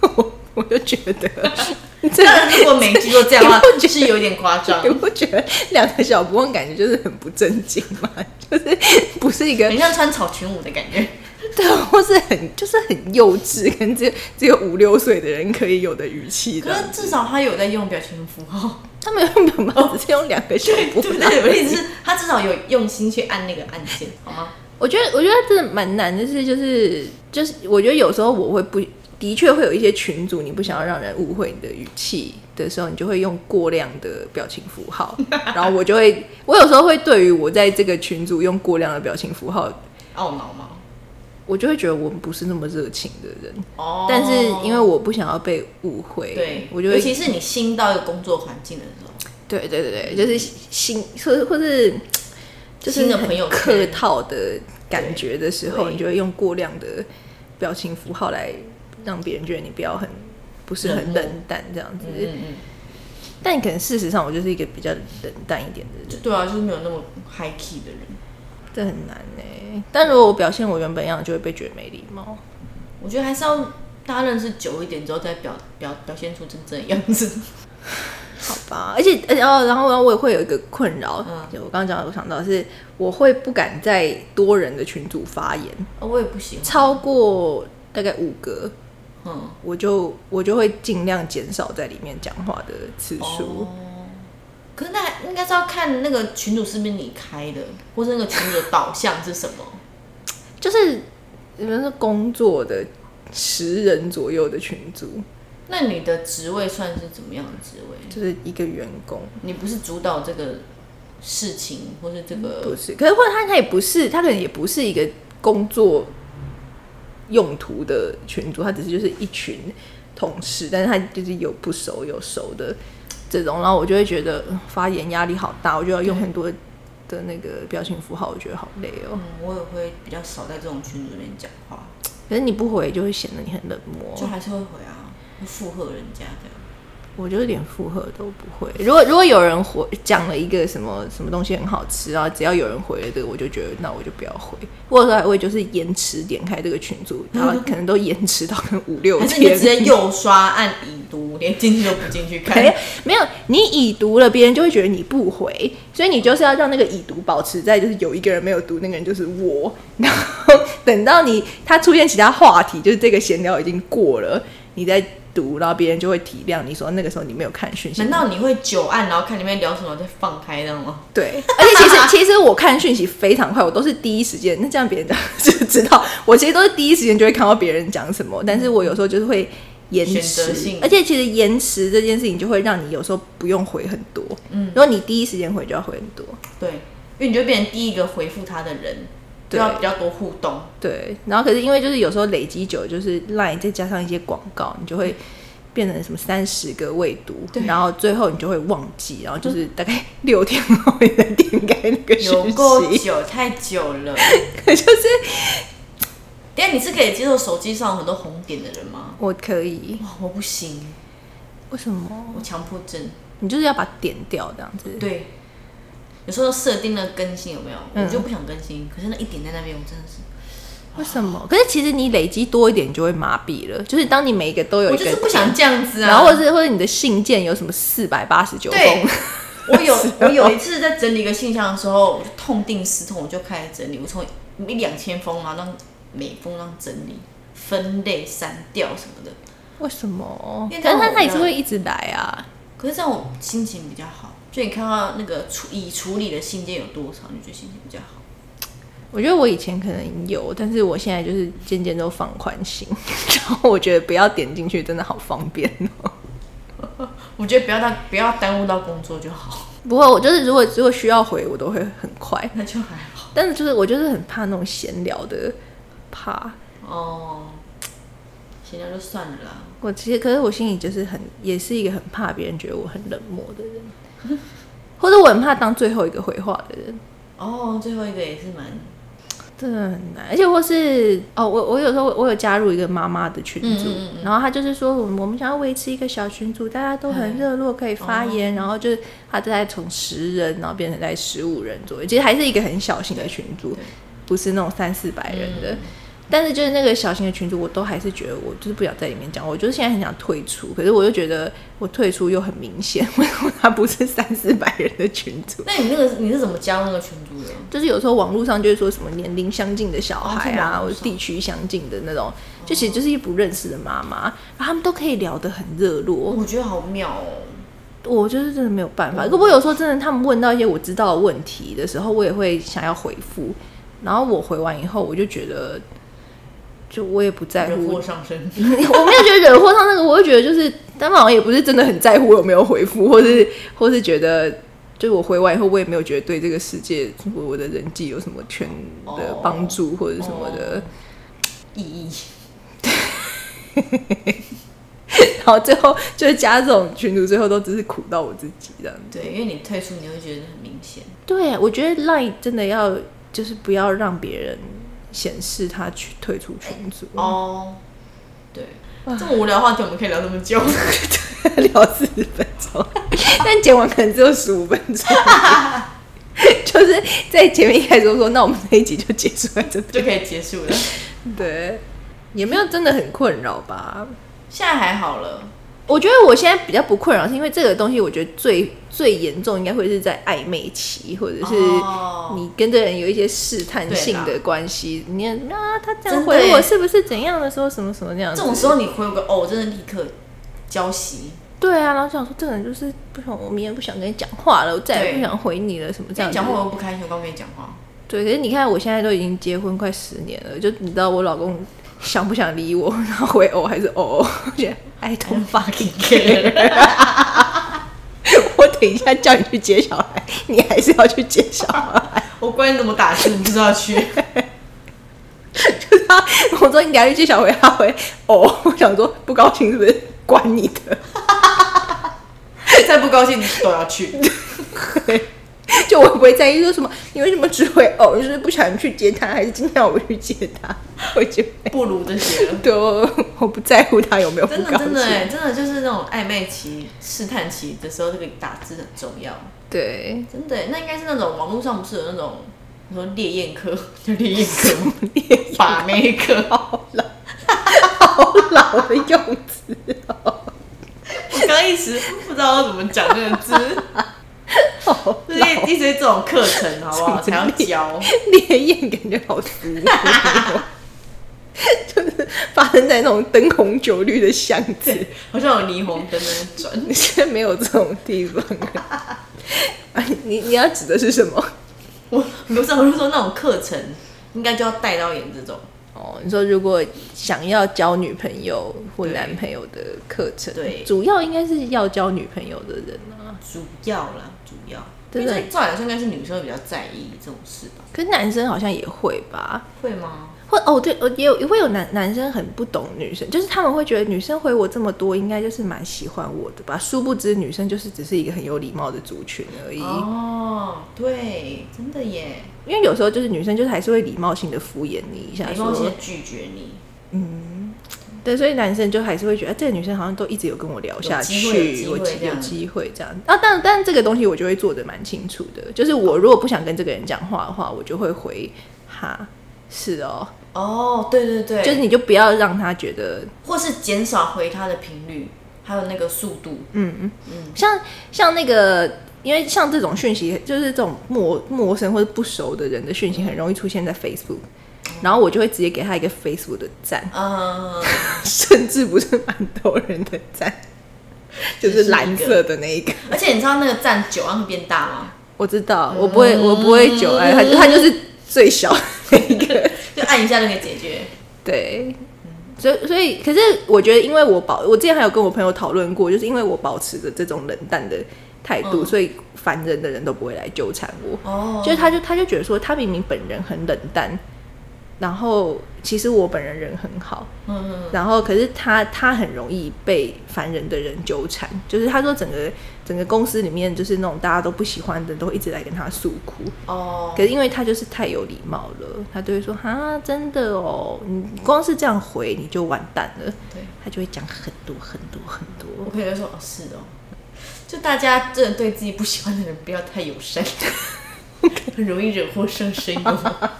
[SPEAKER 1] 我我就觉 *laughs* 得这
[SPEAKER 2] 当然，
[SPEAKER 1] 个。
[SPEAKER 2] 如果每一句都这
[SPEAKER 1] *laughs*
[SPEAKER 2] 样的话，是有点夸张
[SPEAKER 1] 你，不觉得两个小波浪感觉就是很不正经吗？就是不是一个
[SPEAKER 2] 很像穿草裙舞的感觉。
[SPEAKER 1] 对，或是很就是很幼稚，跟只有只有五六岁的人可以有的语气
[SPEAKER 2] 可
[SPEAKER 1] 的。
[SPEAKER 2] 是至少他有在用表情符号， *laughs*
[SPEAKER 1] 他们用的吗？只是用两个小波
[SPEAKER 2] 对不
[SPEAKER 1] 浪。
[SPEAKER 2] 对？我的意思是，他至少有用心去按那个按键，好吗？
[SPEAKER 1] 我觉得，我觉得真的蛮难的是，就是就是，我觉得有时候我会不，的确会有一些群组，你不想要让人误会你的语气的时候，你就会用过量的表情符
[SPEAKER 2] *laughs*
[SPEAKER 1] 号，然后我就会，我有时候会对于我在这个群组用过量的表情符号，
[SPEAKER 2] 懊恼吗？
[SPEAKER 1] 我就会觉得我们不是那么热情的人，
[SPEAKER 2] 哦，
[SPEAKER 1] 但是因为我不想要被误会，
[SPEAKER 2] 对，
[SPEAKER 1] 我就
[SPEAKER 2] 尤
[SPEAKER 1] 会
[SPEAKER 2] 其是你新到一个工作环境的时候，
[SPEAKER 1] 对对对对，就是新或或是就是
[SPEAKER 2] 新的
[SPEAKER 1] 很
[SPEAKER 2] 朋友圈
[SPEAKER 1] 客套的感觉的时候，
[SPEAKER 2] 对
[SPEAKER 1] 你就会用过量的表情符号来让别人觉得你不要很不是很
[SPEAKER 2] 冷漠
[SPEAKER 1] 冷淡这样子。
[SPEAKER 2] 嗯嗯
[SPEAKER 1] 但可能事实上，我就是一个比较冷淡一点的人，
[SPEAKER 2] 嗯，对啊，就是没有那么 high key 的人。
[SPEAKER 1] 这很难呢、但如果我表现我原本样，就会被觉得没礼貌。
[SPEAKER 2] 我觉得还是要大家认识久一点之后，再表表表现出真正的样子。
[SPEAKER 1] 好吧，而且然后然后然后我也会有一个困扰，
[SPEAKER 2] 嗯
[SPEAKER 1] 就我刚刚讲，我想到的是我会不敢在多人的群组发言，
[SPEAKER 2] *laughs* 哦，我也不喜欢，
[SPEAKER 1] 超过大概五个，
[SPEAKER 2] 嗯，
[SPEAKER 1] 我就我就会尽量减少在里面讲话的次数。
[SPEAKER 2] 哦。可是那应该是要看那个群主是不是你开的，或是那个群主的导向是什么。 *laughs*
[SPEAKER 1] 就是你们是工作的十人左右的群组，
[SPEAKER 2] 那你的职位算是怎么样的职位？
[SPEAKER 1] 就是一个员工，
[SPEAKER 2] 你不是主导这个事情，或是这
[SPEAKER 1] 不
[SPEAKER 2] 个
[SPEAKER 1] 是，可是或者他他也不是，他可能也不是一个工作用途的群组，他只是就是一群同事，但是他就是有不熟有熟的这种，然后我就会觉得嗯发言压力好大，我就要用很多的那个表情符号，我觉得好累哦。
[SPEAKER 2] 嗯，我也会比较少在这种群组里面讲话，
[SPEAKER 1] 可是你不回就会显得你很冷漠，
[SPEAKER 2] 就还是会回啊，会附和人家这样。
[SPEAKER 1] 我就连附和都不会。如果如果有人回讲了一个什么什么东西很好吃，然后只要有人回了这个，我就觉得那我就不要回，或者说还会就是延迟点开这个群组，然后可能都延迟到可能五六
[SPEAKER 2] *laughs* 还是你
[SPEAKER 1] 天
[SPEAKER 2] 直。
[SPEAKER 1] *laughs*
[SPEAKER 2] 接右刷按已读，连进去都不进去 *laughs* 看
[SPEAKER 1] 没？有哎没有，你已读了，别人就会觉得你不回，所以你就是要让那个已读保持在就是有一个人没有读，那个人就是我。然后等到你他出现其他话题，就是这个闲聊已经过了，你再读，然后别人就会体谅你说那个时候你没有看讯息。
[SPEAKER 2] 难道你会久按，然后看里面聊什么再放开这样吗？
[SPEAKER 1] 对，而且其实其实我看讯息非常快，我都是第一时间。那这样别人 *laughs* 就就知道，我其实都是第一时间就会看到别人讲什么，但是我有时候就是会延
[SPEAKER 2] 选择
[SPEAKER 1] 迟
[SPEAKER 2] 性，
[SPEAKER 1] 而且其实延迟这件事情就会让你有时候不用回很多。嗯，如果你第一时间回就要回很多，
[SPEAKER 2] 对，因为你就变成第一个回复他的人，
[SPEAKER 1] 对
[SPEAKER 2] 就要比较多互动。
[SPEAKER 1] 对。然后可是因为就是有时候累积久，就是 line 再加上一些广告，你就会。变成什么三十个未读，然后最后你就会忘记，然后就是大概六天后你再点开那个讯
[SPEAKER 2] 嗯有够
[SPEAKER 1] 息，
[SPEAKER 2] 久，太久了。 *laughs*
[SPEAKER 1] 可就是
[SPEAKER 2] 等一下你是可以接受手机上有很多红点的人吗？
[SPEAKER 1] 我可以，
[SPEAKER 2] 哇，我不行，
[SPEAKER 1] 为什么？
[SPEAKER 2] 我强迫症。
[SPEAKER 1] 你就是要把它点掉这样子。
[SPEAKER 2] 对，有时候设定了更新有没有，
[SPEAKER 1] 嗯
[SPEAKER 2] 我就不想更新，可是那一点在那边，我真的是啊
[SPEAKER 1] 为什么？可是其实你累积多一点，你就会麻痹了。就是当你每一个都有
[SPEAKER 2] 我
[SPEAKER 1] 一
[SPEAKER 2] 就
[SPEAKER 1] 个，
[SPEAKER 2] 是不想这样子啊。
[SPEAKER 1] 然后或者是或者你的信件有什么四百八十九
[SPEAKER 2] 对
[SPEAKER 1] 封，
[SPEAKER 2] 我有我有一次在整理一个信箱的时候，我就痛定思痛，我就开始整理，我从一两千封嘛，让每封让整理、分类、删掉什么的。
[SPEAKER 1] *laughs* 为什么？
[SPEAKER 2] 因为
[SPEAKER 1] 可是
[SPEAKER 2] 他
[SPEAKER 1] 他
[SPEAKER 2] 很
[SPEAKER 1] 他也是
[SPEAKER 2] 热
[SPEAKER 1] 会一直来啊。
[SPEAKER 2] 可是这样我心情比较好，就你看到那个处已处理的信件有多少，你觉得心情比较好。
[SPEAKER 1] 我觉得我以前可能有，但是我现在就是渐渐都放宽心， *laughs* 然后我觉得不要点进去真的好方便哦。
[SPEAKER 2] 我觉得不要到不要耽误到工作就好，
[SPEAKER 1] 不过我就是如果如果需要回，我都会很快，
[SPEAKER 2] 那就还好。
[SPEAKER 1] 但是就是我就是很怕那种闲聊的，怕。
[SPEAKER 2] 哦，闲聊就算了啦。
[SPEAKER 1] 我其实，可是我心里就是很，也是一个很怕别人觉得我很冷漠的人， *laughs* 或者我很怕当最后一个回话的人，
[SPEAKER 2] 哦，最后一个也是蛮
[SPEAKER 1] 真的很难。而且或是哦，我我有时候我有加入一个妈妈的群组，
[SPEAKER 2] 嗯嗯
[SPEAKER 1] 然后他就是说我们我们想要维持一个小群组，大家都很热络，可以发言，
[SPEAKER 2] 哦
[SPEAKER 1] 然后就是他大概从十人，然后变成在十五人左右，其实还是一个很小型的群组
[SPEAKER 2] 对，
[SPEAKER 1] 不是那种三四百人的。
[SPEAKER 2] 嗯
[SPEAKER 1] 但是就是那个小型的群组，我都还是觉得我就是不想在里面讲，我就是现在很想退出，可是我又觉得我退出又很明显， *laughs* 为什么它不是三四百人的群组？
[SPEAKER 2] 那你那个你是怎么加入那个群组的？
[SPEAKER 1] 就是有时候网络上就会说什么年龄相近的小孩啊，
[SPEAKER 2] 哦在网络上
[SPEAKER 1] 或者地区相近的那种，就其实就是一不认识的妈妈，然后他们都可以聊得很热络。哦
[SPEAKER 2] 我觉得好妙哦。
[SPEAKER 1] 我就是真的没有办法，如果有时候真的他们问到一些我知道的问题的时候，我也会想要回复，然后我回完以后，我就觉得，就我也不在
[SPEAKER 2] 人
[SPEAKER 1] 乎
[SPEAKER 2] 祸，上身。 *laughs*
[SPEAKER 1] 我 *laughs* 没有觉得惹祸上那个，我会觉得就是他们好像也不是真的很在乎我有没有回复，或是或是觉得，就是我回完以后，我也没有觉得对这个世界我我的人际有什么全的帮助或者什么的。
[SPEAKER 2] 意义。
[SPEAKER 1] *laughs* 然后最后就是加这种群主，最后都只是苦到我自己这样子。
[SPEAKER 2] 对，因为你退出，你会觉得很明显。
[SPEAKER 1] 对，啊我觉得 Line 真的要就是不要让别人显示他去退出群组，
[SPEAKER 2] 哦，对，这么无聊的话题，我们可以聊那么久。 *laughs*
[SPEAKER 1] *laughs* 聊四十分 *laughs* 钟，但剪完可能只有十五分钟。 *laughs* 就是在前面一开始就说，那我们这一集就结束在这
[SPEAKER 2] 就可以结束了。
[SPEAKER 1] 对，也没有真的很困扰吧。
[SPEAKER 2] 现在还好了，
[SPEAKER 1] 我觉得我现在比较不困扰，是因为这个东西，我觉得最最严重应该会是在暧昧期，或者是
[SPEAKER 2] 哦
[SPEAKER 1] 你跟这人有一些试探性
[SPEAKER 2] 对
[SPEAKER 1] 的关系。你看啊，他这样
[SPEAKER 2] 真的
[SPEAKER 1] 回我
[SPEAKER 2] 耶
[SPEAKER 1] 是不是怎样的时候，什么什么那样
[SPEAKER 2] 这
[SPEAKER 1] 子？
[SPEAKER 2] 种时候你回我个哦，真的立刻交息。
[SPEAKER 1] 对啊，然后想说这个人就是不想，我明天不想跟你讲话了，我再也
[SPEAKER 2] 对
[SPEAKER 1] 不想回你了，什么这
[SPEAKER 2] 跟
[SPEAKER 1] 样
[SPEAKER 2] 你
[SPEAKER 1] 子。
[SPEAKER 2] 讲话我又不开心，我刚跟你讲话。
[SPEAKER 1] 对，可是你看，我现在都已经结婚快十年了，就你知道我老公想不想理我， *laughs* 然后回哦还是哦哦，我觉得 *laughs* I don't *laughs* fucking care。我等一下叫你去接小孩，你还是要去接小孩。
[SPEAKER 2] *laughs*
[SPEAKER 1] *laughs*
[SPEAKER 2] 我关你怎么打字，你不知道去。
[SPEAKER 1] 就是他，我说你等一下去接小孩，他回哦， *laughs* 我想说不高兴是不是？管你的， *laughs*
[SPEAKER 2] 再不高兴都要
[SPEAKER 1] *laughs*
[SPEAKER 2] 去。
[SPEAKER 1] 就我不会在意说什么，你为什么只回哦？你是不是不想去接他，还是今天我去接他？我就
[SPEAKER 2] 不如这些了。
[SPEAKER 1] 对我 *laughs* 我不在乎他有没有不
[SPEAKER 2] 真的
[SPEAKER 1] 高兴。
[SPEAKER 2] 真的哎，真的就是那种暧昧期、试探期的时候，这个打字很重要。
[SPEAKER 1] 对， *laughs*
[SPEAKER 2] 真的耶，那应该是那种网络上不是有那种你说烈焰 *laughs* 科，就烈焰科，把妹科。
[SPEAKER 1] 好老，好老的用词。
[SPEAKER 2] 我刚一时不知道要怎么讲这个字，
[SPEAKER 1] 好
[SPEAKER 2] 就是一一些这种课程，好不好？才要教。
[SPEAKER 1] *laughs* 烈焰感觉好俗， *laughs* 就是发生在那种灯红酒绿的巷子，
[SPEAKER 2] 好像有霓虹灯在那转，
[SPEAKER 1] 你现在没有这种地方 *laughs* 啊。啊你你你要指的是什么？
[SPEAKER 2] 我不是，我是说那种课程应该就要带到演这种，
[SPEAKER 1] 哦，你说如果想要交女朋友或男朋友的课程，
[SPEAKER 2] 对
[SPEAKER 1] 主要应该是要交女朋友的人啊。
[SPEAKER 2] 主要啦，主要。
[SPEAKER 1] 对
[SPEAKER 2] 因为这照理来说应该是女生会比较在意这种事吧？
[SPEAKER 1] 可是男生好像也会吧？
[SPEAKER 2] 会吗？
[SPEAKER 1] 会哦，对，呃也有也会有男男生很不懂女生，就是他们会觉得女生回我这么多，应该就是蛮喜欢我的吧。殊不知女生就是只是一个很有礼貌的族群而已，
[SPEAKER 2] 哦，对，真的耶，
[SPEAKER 1] 因为有时候就是女生就是还是会礼貌性的敷衍你一下，
[SPEAKER 2] 没
[SPEAKER 1] 说
[SPEAKER 2] 关系，拒绝你。
[SPEAKER 1] 对，所以男生就还是会觉得、啊、这个女生好像都一直有跟我聊下去，
[SPEAKER 2] 有机会有机会
[SPEAKER 1] 我
[SPEAKER 2] 这
[SPEAKER 1] 有
[SPEAKER 2] 样
[SPEAKER 1] 机会这样。啊，但但这个东西我就会做的蛮清楚的，就是我如果不想跟这个人讲话的话，我就会回哈是哦，
[SPEAKER 2] 哦，对对对，
[SPEAKER 1] 就是你就不要让他觉得
[SPEAKER 2] 或是减少回他的频率，还有那个速度，
[SPEAKER 1] 像像那个，因为像这种讯息，就是这种陌陌生或者不熟的人的讯息，很容易出现在 Facebook。然后我就会直接给他一个 Facebook 的赞， *laughs*
[SPEAKER 2] 嗯，
[SPEAKER 1] 甚至不是蛮多人的赞，就
[SPEAKER 2] 就是是一
[SPEAKER 1] 蓝
[SPEAKER 2] 个
[SPEAKER 1] 色的那一个。
[SPEAKER 2] 而且你知道那个站久啊会变大吗？
[SPEAKER 1] 我知道，我不会，我不
[SPEAKER 2] 嗯
[SPEAKER 1] 会久爱，他他就是最小的那一个。 *laughs*
[SPEAKER 2] 就按一下就可以解决。
[SPEAKER 1] 对，
[SPEAKER 2] 嗯
[SPEAKER 1] 所以所以，可是我觉得，因为我保，我之前还有跟我朋友讨论过，就是因为我保持着这种冷淡的态度，
[SPEAKER 2] 嗯
[SPEAKER 1] 所以烦人的人都不会来纠缠我。
[SPEAKER 2] *laughs* 哦
[SPEAKER 1] 就是他就他就觉得说，他明明本人很冷淡，然后其实我本人人很好，
[SPEAKER 2] 嗯，
[SPEAKER 1] 然后可是他他很容易被烦人的人纠缠，就是他说整个整个公司里面就是那种大家都不喜欢的，都一直来跟他诉苦。
[SPEAKER 2] 哦，
[SPEAKER 1] 可是因为他就是太有礼貌了，他就会说哈，真的哦，你光是这样回你就完蛋了。
[SPEAKER 2] 对，
[SPEAKER 1] 他就会讲很多很多很
[SPEAKER 2] 我
[SPEAKER 1] 多，
[SPEAKER 2] 朋友就说哦是哦，就大家真的对自己不喜欢的人不要太友 *laughs* 善，很容易惹祸上身 *laughs* 哦。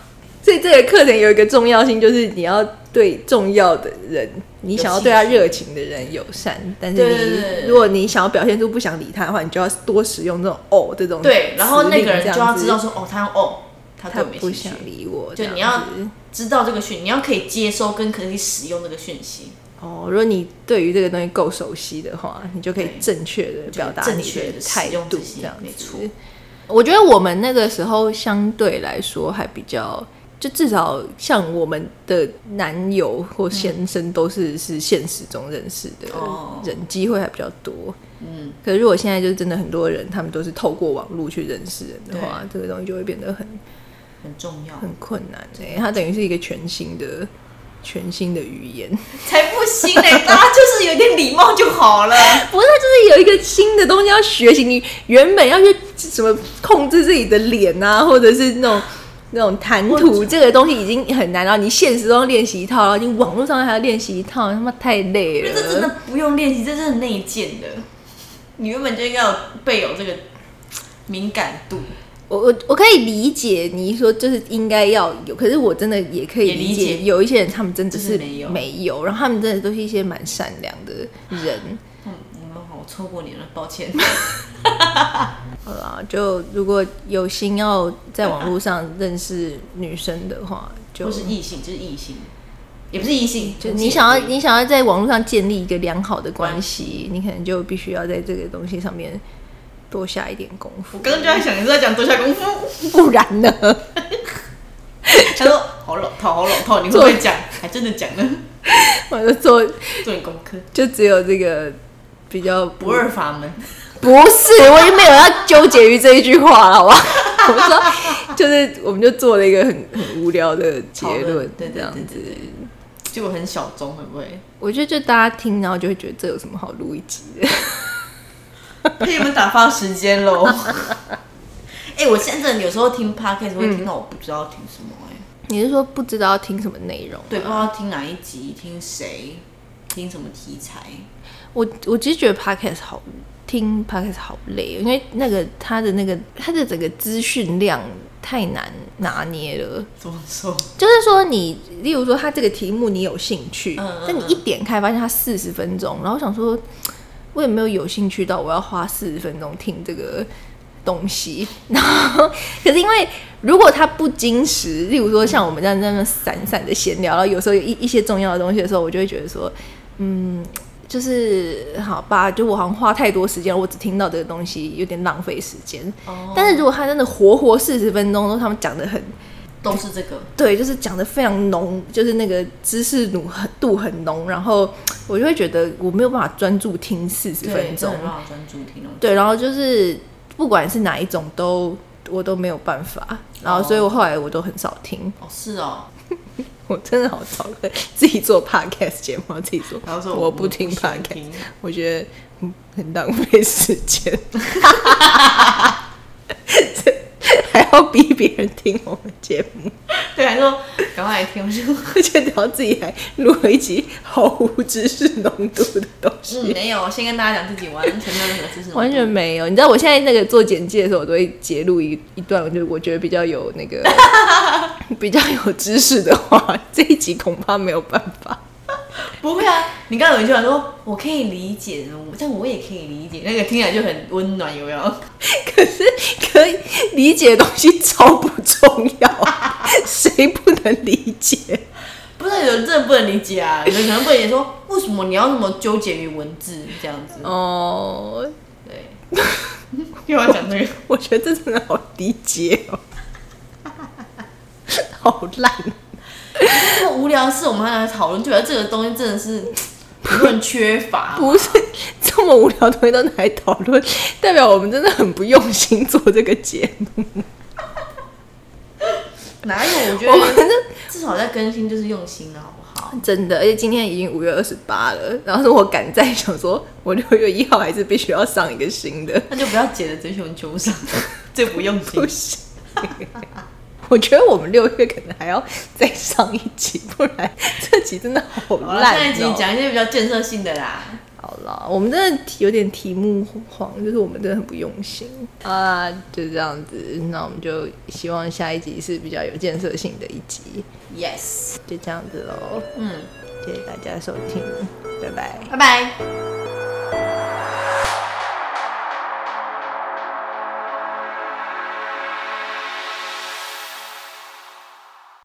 [SPEAKER 1] 所以这个课程有一个重要性，就是你要对重要的人，你想要对他热情的人友善，但是
[SPEAKER 2] 对对对
[SPEAKER 1] 你如果你想要表现出不想理他的话，你就要多使用这种哦这种
[SPEAKER 2] 对，然后那个人就要
[SPEAKER 1] 词令这
[SPEAKER 2] 知道
[SPEAKER 1] 样子
[SPEAKER 2] 说哦，他用哦，他对
[SPEAKER 1] 他
[SPEAKER 2] 我没
[SPEAKER 1] 不
[SPEAKER 2] 兴趣
[SPEAKER 1] 想，理我，
[SPEAKER 2] 就你
[SPEAKER 1] 这样
[SPEAKER 2] 要
[SPEAKER 1] 子
[SPEAKER 2] 知道这个讯，你要可以接收跟可以使用这个讯息，
[SPEAKER 1] 哦，如果你对于这个东西够熟悉的话，你就可以
[SPEAKER 2] 对
[SPEAKER 1] 正确的表达
[SPEAKER 2] 正
[SPEAKER 1] 你
[SPEAKER 2] 确
[SPEAKER 1] 的
[SPEAKER 2] 地
[SPEAKER 1] 态
[SPEAKER 2] 使用
[SPEAKER 1] 度
[SPEAKER 2] 这，些
[SPEAKER 1] 这样
[SPEAKER 2] 没
[SPEAKER 1] 子
[SPEAKER 2] 错。
[SPEAKER 1] 我觉得我们那个时候相对来说还比较，就至少像我们的男友或先生都是、是现实中认识的
[SPEAKER 2] 哦
[SPEAKER 1] 人，机会还比较多。嗯，可是如果现在就是真的很多人，他们都是透过网络去认识人的话，这个东西就会变得很
[SPEAKER 2] 很重 *laughs* 要。
[SPEAKER 1] 很困难、欸。它等于是一个全新的全新的语言。
[SPEAKER 2] 才不行嘞，大家就是有点礼貌就好了。
[SPEAKER 1] 不是，就是有一个新的东西要学习。你原本要去什么控制自己的脸啊，或者是那种那种谈吐，这个东西已经很难了。然后你现实中练习一套，然后你网络上还要练习一套，他妈太累
[SPEAKER 2] 因为
[SPEAKER 1] 了。
[SPEAKER 2] 这真的不用练习，这是内建的。你原本就应该有备有这个敏感度，
[SPEAKER 1] 我我我可以理解你说就是应该要有，可是我真的也可以
[SPEAKER 2] 也理
[SPEAKER 1] 理解
[SPEAKER 2] 解
[SPEAKER 1] 有一些人他们真的是
[SPEAKER 2] 就是没有
[SPEAKER 1] 没有，然后他们真的都是一些蛮善良的人。
[SPEAKER 2] 嗯，你们好，我错过你了，抱歉。
[SPEAKER 1] *laughs* 好啦，就如果有心要在网络上认识女生的话，就
[SPEAKER 2] 不是异性，就是异性，也不是异性，
[SPEAKER 1] 就你想要，
[SPEAKER 2] 你
[SPEAKER 1] 你想要在网络上建立一个良好的关系，你可能就必须要在这个东西上面多下一点功夫
[SPEAKER 2] 我，刚刚就在想，你是在讲多下功夫？
[SPEAKER 1] 不然呢？
[SPEAKER 2] 他说好老套，好老套，你会不会讲？还真的讲呢，
[SPEAKER 1] 我就做
[SPEAKER 2] *laughs* 做点功课。
[SPEAKER 1] 就只有这个比较不
[SPEAKER 2] 不二法门，
[SPEAKER 1] 不是，我也没有要纠结于这一句话了，好 *laughs* 吧？我说就是，我们就做了一个很很无聊的结
[SPEAKER 2] 讨
[SPEAKER 1] 论
[SPEAKER 2] 论，对对
[SPEAKER 1] 这样
[SPEAKER 2] 对
[SPEAKER 1] 子。
[SPEAKER 2] 对结果很小众，会不会？ *laughs*
[SPEAKER 1] 我觉得就大家听，然后就会觉得这有什么好录一集的？
[SPEAKER 2] 陪你们打发时间喽。
[SPEAKER 1] *laughs*
[SPEAKER 2] 哎、我现在真的有时候听 podcast 会听到我不知道听什么、哎、
[SPEAKER 1] 你是说不知道要听什么内容？
[SPEAKER 2] 对，不知道听哪一集，听谁，听什么题材，
[SPEAKER 1] 我我其实觉得 podcast 好听，podcast 好累哦，因为那个它的那个它的整个资讯量太难拿捏了。
[SPEAKER 2] 怎么说？
[SPEAKER 1] 就是说你，例如说它这个题目你有兴趣，
[SPEAKER 2] 嗯嗯
[SPEAKER 1] 但你一点开发现它四十分钟，然后想说，我也没有有兴趣到我要花四十分钟听这个东西。 *laughs* 然后，可是因为如果它不矜持，例如说像我们这样在那散散的闲聊，然后有时候有一一些重要的东西的时候，我就会觉得说，嗯。就是好吧，就我好像花太多时间了，我只听到这个东西有点浪费时间。
[SPEAKER 2] 哦
[SPEAKER 1] 但是如果他真的活活四十分钟，都他们讲的很
[SPEAKER 2] 都是这个，
[SPEAKER 1] 对，就是讲的非常浓，就是那个知识度很度很浓，然后我就会觉得我没有办法专注听四十
[SPEAKER 2] 对，
[SPEAKER 1] 分
[SPEAKER 2] 真
[SPEAKER 1] 钟
[SPEAKER 2] 的，没办法专注听那种。
[SPEAKER 1] 对，然后就是不管是哪一种都我都没有办法，然后
[SPEAKER 2] 哦
[SPEAKER 1] 所以我后来我都很少听，
[SPEAKER 2] 哦，是哦，
[SPEAKER 1] 我真的好少在自己做 podcast 节目，自己做，
[SPEAKER 2] 然后说
[SPEAKER 1] 我
[SPEAKER 2] 我
[SPEAKER 1] 不听
[SPEAKER 2] 我不喜欢
[SPEAKER 1] podcast，
[SPEAKER 2] 听
[SPEAKER 1] *laughs* 我觉得嗯 *laughs* 很浪费时间，这还要要逼别人听我们节目，
[SPEAKER 2] 对，还说赶快来听，我说
[SPEAKER 1] 而且你要自己来录了一集毫无知识浓度的东西。
[SPEAKER 2] 嗯没有，先跟大家讲自己完全没有任何知识，
[SPEAKER 1] 完全没有，你知道我现在那个做简介的时候，我都会截录一一段，我就我觉得比较有那 *laughs* 个比较有知识的话，这一集恐怕没有办法。
[SPEAKER 2] 不会啊。你刚刚有一句话说我可以理解，但我也可以理解，那个听起来就很温暖，有没有？ *laughs*
[SPEAKER 1] 可是可以理解的东西超不重要，谁不能理解？
[SPEAKER 2] 不是有人真的不能理解啊，有人可能不能理解说为什么你要那么纠结于文字这样子，
[SPEAKER 1] 哦，
[SPEAKER 2] 对。 *laughs* 又要讲这个，
[SPEAKER 1] 我觉得这真的好低阶哦，好烂。哦
[SPEAKER 2] 这么 *laughs* 无聊的事我们还来讨论，就表示这个东西真的是很多人缺乏。
[SPEAKER 1] 不是这么无聊的东西都拿来讨论，代表我们真的很不用心做这个节目。
[SPEAKER 2] *laughs* 哪有？我觉
[SPEAKER 1] 我们
[SPEAKER 2] 得
[SPEAKER 1] 这
[SPEAKER 2] 至少在更新就是用心了，啊好不好？
[SPEAKER 1] 真的，而且今天已经五月二十八了，然后是我赶在想说，我六月一号还是必须要上一个新的，
[SPEAKER 2] 那就不要解了这熊求上， *laughs* 最 *laughs* 不用心
[SPEAKER 1] 不。行。 *laughs* 我觉得我们六月可能还要再上一集，不然这集真的好
[SPEAKER 2] 好
[SPEAKER 1] 烂、
[SPEAKER 2] 了，
[SPEAKER 1] 哦。
[SPEAKER 2] 下一集讲一些比较建设性的啦。
[SPEAKER 1] 好了，我们真的有点题目荒，就是我们真的很不用心啊，就这样子。那我们就希望下一集是比较有建设性的一集，
[SPEAKER 2] Yes，
[SPEAKER 1] 就这样子喽。
[SPEAKER 2] 嗯，
[SPEAKER 1] 谢谢大家收听，拜拜。
[SPEAKER 2] 拜拜。